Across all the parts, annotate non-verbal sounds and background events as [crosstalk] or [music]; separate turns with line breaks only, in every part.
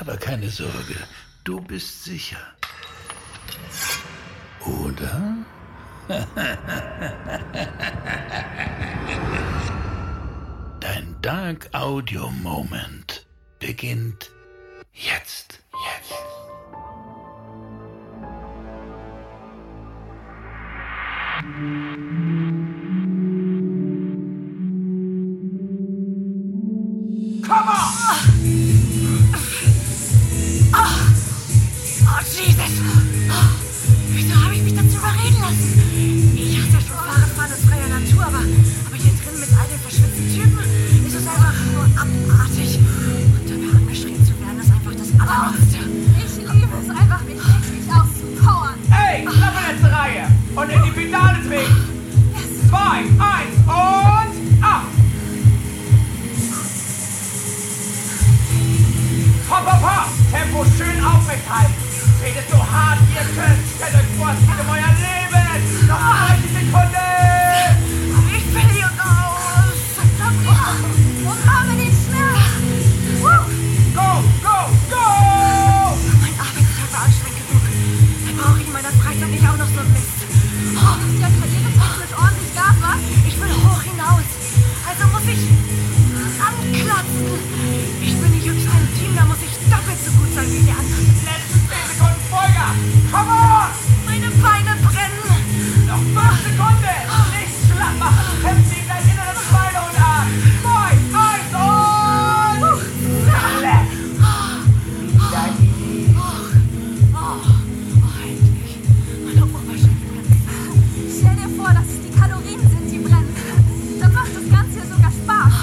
Aber keine Sorge, du bist sicher. Oder? [laughs] Dein Dark Audio Moment beginnt jetzt. Jetzt.
Oh, Jesus! Oh, wieso habe ich mich dazu überreden lassen? Ich hasse schon Fahrradfahren in freier Natur, aber, aber hier drin mit all den verschwitzten Typen ist es einfach nur abartig. Und dabei angeschrien zu werden, ist einfach das Allerletzte.
Ich liebe es einfach, mich täglich auszupowern.
Hey, letzte Reihe! Und in die Pedale treten! Zwei, eins und ab! Hopp, hopp, hopp! Tempo schön aufrecht halten! Tretet so hart ihr könnt! Stellt euch vor, es geht um euer Leben! Noch 30 Sekunden!
Ich will hier raus! Verdammt!
Oh, umarme den Schmerz.
Go, go, go!
Mein Arbeitstag war anstrengend genug. Dann brauche ich in meiner Freizeit nicht auch noch so einen Mist. Oh,
Der Karrierepunkt mit ordentlich Gas, was?
ich will hoch hinaus. Also muss ich ranklatzen. Ich bin nicht jüngst im Team, da muss ich doppelt so gut sein wie die anderen.
Letzten 10 Sekunden Folger! Come on!
Meine Beine brennen.
Noch 5 Sekunden! Nicht schlapp machen! Kämpft gegen dein inneres Schweinehund an! 2, 1 und... Relax!
Oh, endlich. Meine Oberschenkel brennen.
Stell dir vor, dass es die Kalorien sind, die brennen. Dann macht das Ganze ja sogar Spaß.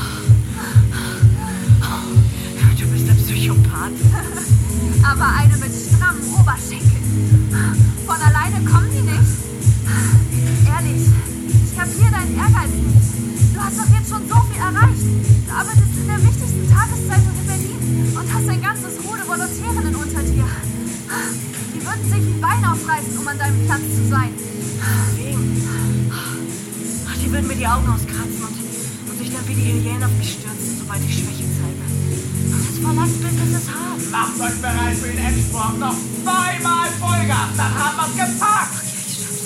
Du bist ein Psychopath.
[laughs] Aber eine mit strammen Oberschenkeln. Von alleine kommen die nicht. Ehrlich, ich kapiere deinen Ehrgeiz nicht. Du hast doch jetzt schon so viel erreicht. Du arbeitest in der wichtigsten Tageszeitung in Berlin und hast ein ganzes Rudel Volontärinnen unter dir. Die würden sich ein Bein aufreißen, um an deinem Platz zu sein.
Deswegen. Ach, die würden mir die Augen auskratzen und, und sich dann wie die Hyänen auf mich stürzen, sobald ich Schwäche zeige. Und das verlangt bin, das ist hart.
Macht euch bereit für den Endspurt. Noch zweimal Vollgas, dann haben wir's gepackt.
Ich schaff's.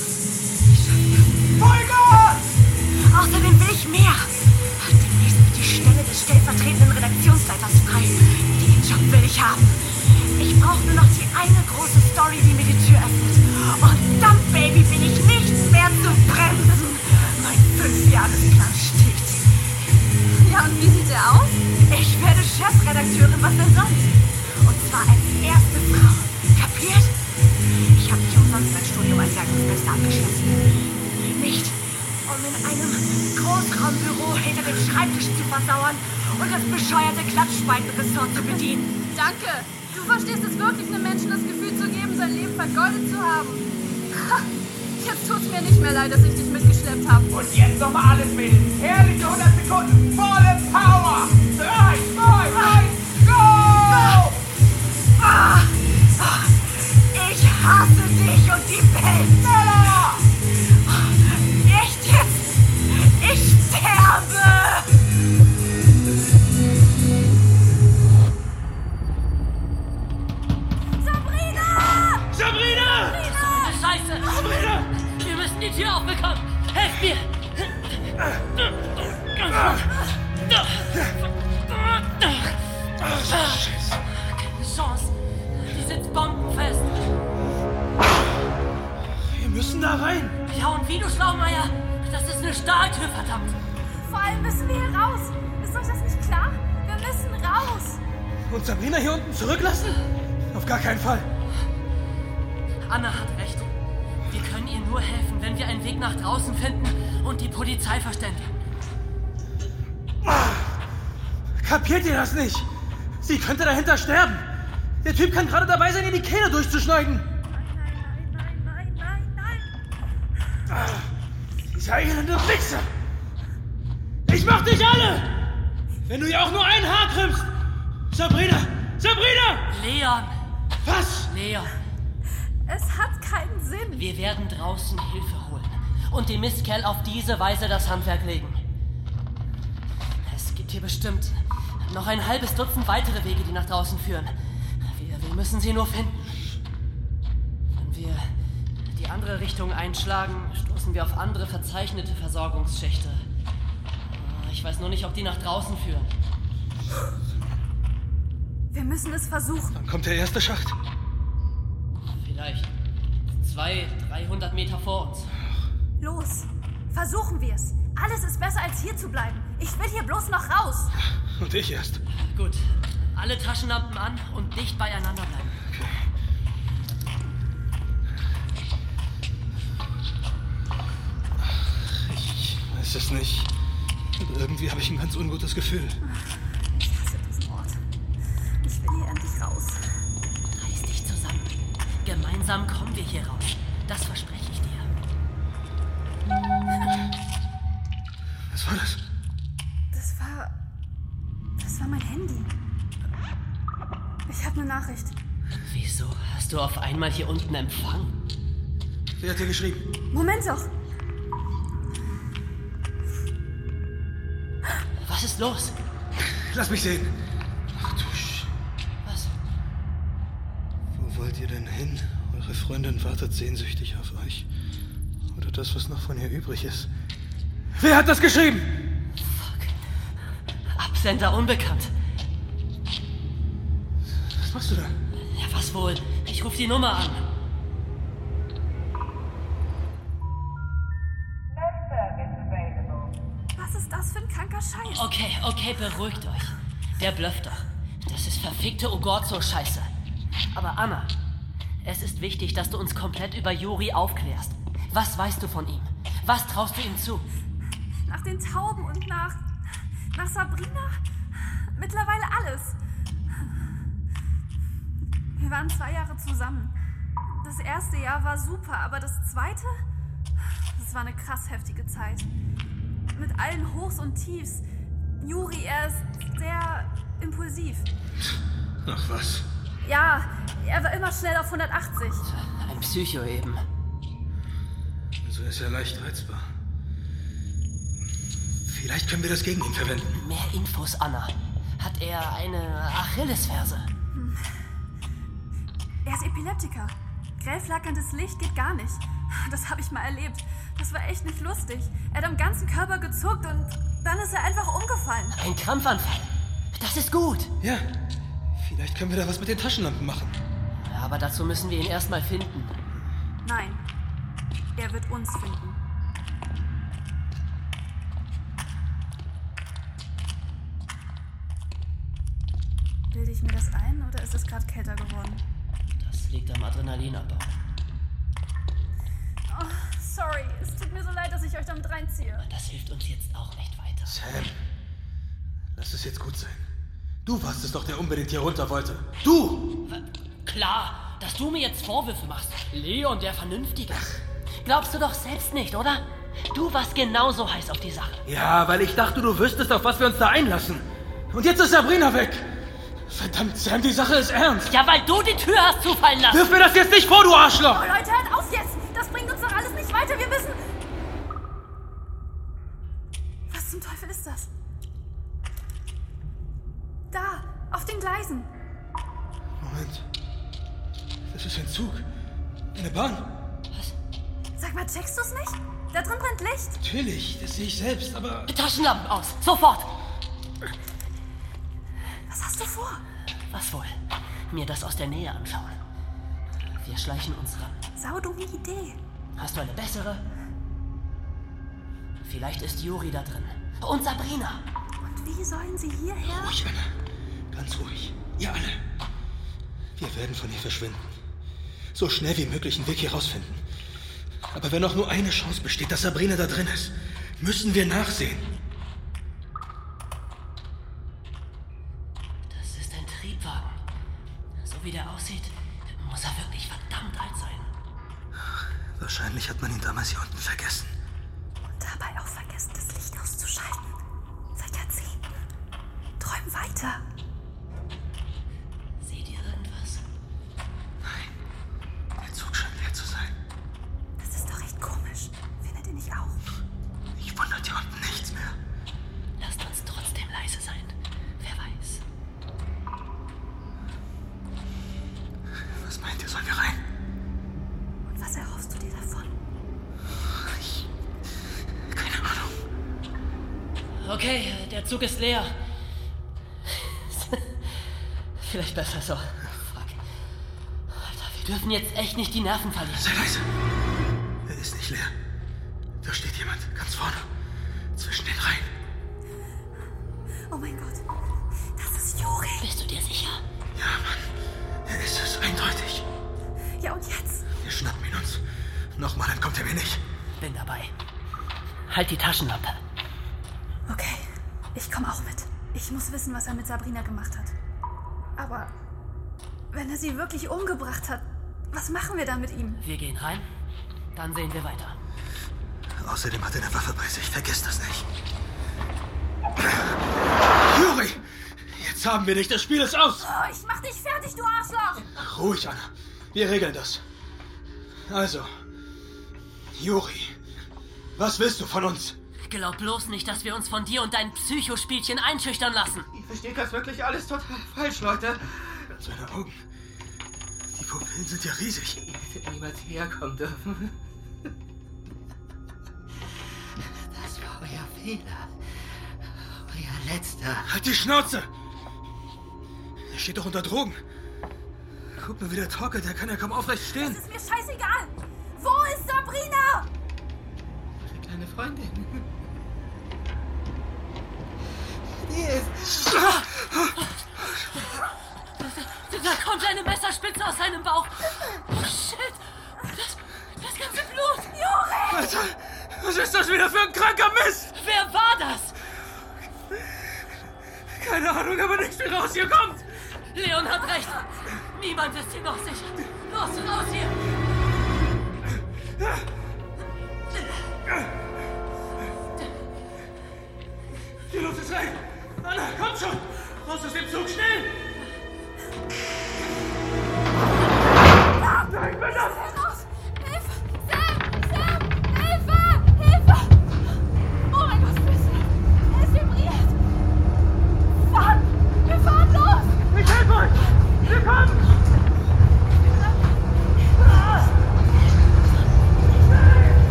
Ich schaff's.
Vollgas!
Außerdem will ich mehr. Halt Demnächst wird die Stelle des stellvertretenden Redaktionsleiters frei. Den Job will ich haben. Ich brauche nur noch die eine große Story, die mir die Tür öffnet. Und dann, Baby, bin ich nichts mehr zu bremsen. Mein Fünfjahresplan steht.
Ja, und wie sieht er aus?
Ich werde Chefredakteurin, was denn sonst? Und zwar als erste Frau. Kapiert? Ich um habe nicht umsonst mein Studium als Jagdbeste abgeschlossen. Nicht, um in einem Großraumbüro hinter dem Schreibtisch zu versauern und das bescheuerte Klatschspaltenressort zu bedienen.
Danke. Du verstehst es wirklich, einem Menschen das Gefühl zu geben, sein Leben vergoldet zu haben. Ha, jetzt tut's mir nicht mehr leid, dass ich dich mitgeschleppt habe.
Und jetzt nochmal alles, Mädels. Herrliche 100 Sekunden. Volle Power. 3, 2, 1, go!
Ich hasse dich und die Welt.
Schneller!
Echt jetzt? Ich sterbe!
Sabrina!
Sabrina!
Scheiße!
Sabrina!
Wir müssen die Tür aufbekommen! Helft mir! Keine Chance! Die sitzt bombenfest!
Wir müssen da rein!
Ja, und wie, du Schlaumeier? Das ist eine Stahltür, verdammt!
Vor allem müssen wir hier raus. Ist euch das nicht klar? Wir müssen raus.
Und Sabrina hier unten zurücklassen? Auf gar keinen Fall!
Anna hat recht. Wir können ihr nur helfen, wenn wir einen Weg nach draußen finden und die Polizei verständigen.
Kapiert ihr das nicht? Sie könnte dahinter sterben! Der Typ kann gerade dabei sein, ihr die Kehle durchzuschneiden.
Nein, nein, nein, nein, nein.
Dieser elende Wichser! Ich mach dich alle! Wenn du ja auch nur ein Haar krümmst! Sabrina! Sabrina!
Leon!
Was?
Leon!
Es hat keinen Sinn.
Wir werden draußen Hilfe holen und dem Mistkerl auf diese Weise das Handwerk legen. Es gibt hier bestimmt noch ein halbes Dutzend weitere Wege, die nach draußen führen. Wir, wir müssen sie nur finden. Wenn wir die andere Richtung einschlagen, stoßen wir auf andere verzeichnete Versorgungsschächte. Ah, Ich weiß nur nicht, ob die nach draußen führen.
Wir müssen es versuchen.
Dann kommt der erste Schacht.
Vielleicht zwei, 300 Meter vor uns.
Los. Versuchen wir es. Alles ist besser als hier zu bleiben. Ich will hier bloß noch raus.
Und ich erst.
Gut, alle Taschenlampen an und dicht beieinander bleiben.
Ich weiß es nicht. Irgendwie habe ich ein ganz ungutes Gefühl.
Ich hasse diesen Ort. Ich will hier endlich raus.
Reiß dich zusammen. Gemeinsam kommen wir hier raus. Das verspreche ich dir.
Was war das?
Das war. Das war mein Handy. Ich habe eine Nachricht.
Wieso hast du auf einmal hier unten Empfang?
Wer hat dir geschrieben?
Moment doch.
Was ist los?
Lass mich sehen. Ach du Sch...
Was?
Wo wollt ihr denn hin? Eure Freundin wartet sehnsüchtig auf euch. Oder das, was noch von ihr übrig ist. Wer hat das geschrieben?
Absender unbekannt.
Was machst du da?
Ja, was wohl? Ich rufe die Nummer an.
Was ist das für ein kranker Scheiß?
Okay, okay, beruhigt euch. Der blöfft doch. Das ist verfickte Ogorzo-Scheiße. Aber Anna, es ist wichtig, dass du uns komplett über Juri aufklärst. Was weißt du von ihm? Was traust du ihm zu?
Nach den Tauben und nach. nach Sabrina? Mittlerweile alles. Wir waren zwei Jahre zusammen. Das erste Jahr war super, aber das zweite? Das war eine krass heftige Zeit. Mit allen Hochs und Tiefs. Juri, er ist sehr impulsiv.
Ach was.
Ja, er war immer schnell auf 180.
Ein Psycho eben.
Also ist er leicht reizbar. Vielleicht können wir das gegen ihn verwenden.
Mehr Infos, Anna. Hat er eine Achillesferse?
Er ist Epileptiker. Grell flackerndes Licht geht gar nicht. Das habe ich mal erlebt. Das war echt nicht lustig. Er hat am ganzen Körper gezuckt und dann ist er einfach umgefallen.
Ein Krampfanfall. Das ist gut.
Ja. Vielleicht können wir da was mit den Taschenlampen machen.
Aber dazu müssen wir ihn erstmal finden.
Nein, er wird uns finden. Bilde ich mir das ein oder ist es gerade kälter geworden?
Das liegt am Adrenalinabbau.
Oh, sorry, es tut mir so leid, dass ich euch damit reinziehe.
Das hilft uns jetzt auch nicht weiter.
Sam, lass es jetzt gut sein. Du warst es doch, der unbedingt hier runter wollte. Du!
Klar, dass du mir jetzt Vorwürfe machst. Leon, der Vernünftige. Glaubst du doch selbst nicht, oder? Du warst genauso heiß auf die Sache.
Ja, weil ich dachte, du wüsstest, auf was wir uns da einlassen. Und jetzt ist Sabrina weg. Verdammt, Sam, die Sache ist ernst.
Ja, weil du die Tür hast zufallen lassen.
Wirf mir das jetzt nicht vor, du
Oh
Arschloch!
Leute, hört auf jetzt! Das bringt uns doch alles nicht weiter. Wir müssen. Was zum Teufel ist das? Da, auf den Gleisen.
Moment. Das ist ein Zug. Eine Bahn.
Sag mal, checkst du's nicht? Da drin brennt Licht.
Natürlich, das sehe ich selbst, aber...
Taschenlampen aus. Sofort.
Was hast du vor?
Was wohl? Mir das aus der Nähe anschauen. Wir schleichen uns ran.
Saudumme Idee.
Hast du eine bessere? Vielleicht ist Juri da drin. Und Sabrina.
Und wie sollen sie hierher?
Ruhig, Anna. Ganz ruhig. Ihr alle. Wir werden von hier verschwinden. So schnell wie möglich einen Weg hier rausfinden. Aber wenn auch nur eine Chance besteht, dass Sabrina da drin ist, müssen wir nachsehen.
Das ist ein Triebwagen. So wie der aussieht, muss er wirklich verdammt alt sein.
Wahrscheinlich hat man ihn damals hier unten vergessen.
Und dabei auch vergessen, das Licht auszuschalten. Seit Jahrzehnten. Träum weiter.
Seht ihr irgendwas?
Nein. Der Zug scheint leer zu sein.
Das ist doch echt komisch. Findet ihr nicht auch?
Ich wundert hier unten nichts mehr.
Lasst uns trotzdem leise sein. Wer weiß.
Was meint ihr, sollen wir rein?
Und was erhoffst du dir davon?
Ich. Keine Ahnung.
Okay, der Zug ist leer. [laughs] Vielleicht besser so. Fuck. Alter, wir dürfen jetzt echt nicht die Nerven verlieren.
Sei leise. Er ist nicht leer. Da steht jemand, ganz vorne. Zwischen den Reihen.
Oh mein Gott. Das ist Juri.
Bist du dir sicher?
Ja, Mann. Er ist es, eindeutig.
Ja, und jetzt?
Wir schnappen ihn uns. Nochmal entkommt er mir nicht.
Bin dabei. Halt die Taschenlampe.
Okay, ich komme auch mit. Ich muss wissen, was er mit Sabrina gemacht hat. Aber wenn er sie wirklich umgebracht hat, was machen wir dann mit ihm?
Wir gehen rein, dann sehen wir weiter.
Außerdem hat er eine Waffe bei sich. Vergiss das nicht. Juri! Jetzt haben wir dich. Das Spiel ist aus.
Oh, ich mach dich fertig, du Arschloch!
Ruhig, Anna. Wir regeln das. Also, Juri, was willst du von uns?
Glaub bloß nicht, dass wir uns von dir und deinen Psychospielchen einschüchtern lassen.
Ihr versteht das wirklich alles total falsch, Leute.
Seine Augen. Die Pupillen sind ja riesig.
Ihr hättet niemals herkommen dürfen. Das war euer Fehler. Euer letzter.
Halt die Schnauze! Er steht doch unter Drogen. Guck mal, wie der Talker, der kann ja kaum aufrecht stehen.
Ist mir scheißegal! Wo ist Sabrina?
Eine kleine Freundin. Die ist.
Da kommt eine Messerspitze aus seinem Bauch. Oh shit! Das, das ganze Blut!
Alter, was ist das wieder für ein kranker Mist?
Wer war das?
Keine Ahnung, aber nichts wie raus hier kommt.
Leon hat recht. Niemand ist hier noch sicher. Los, raus hier!
Die Luft ist rein. Anna, komm schon. Raus aus dem Zug, schnell.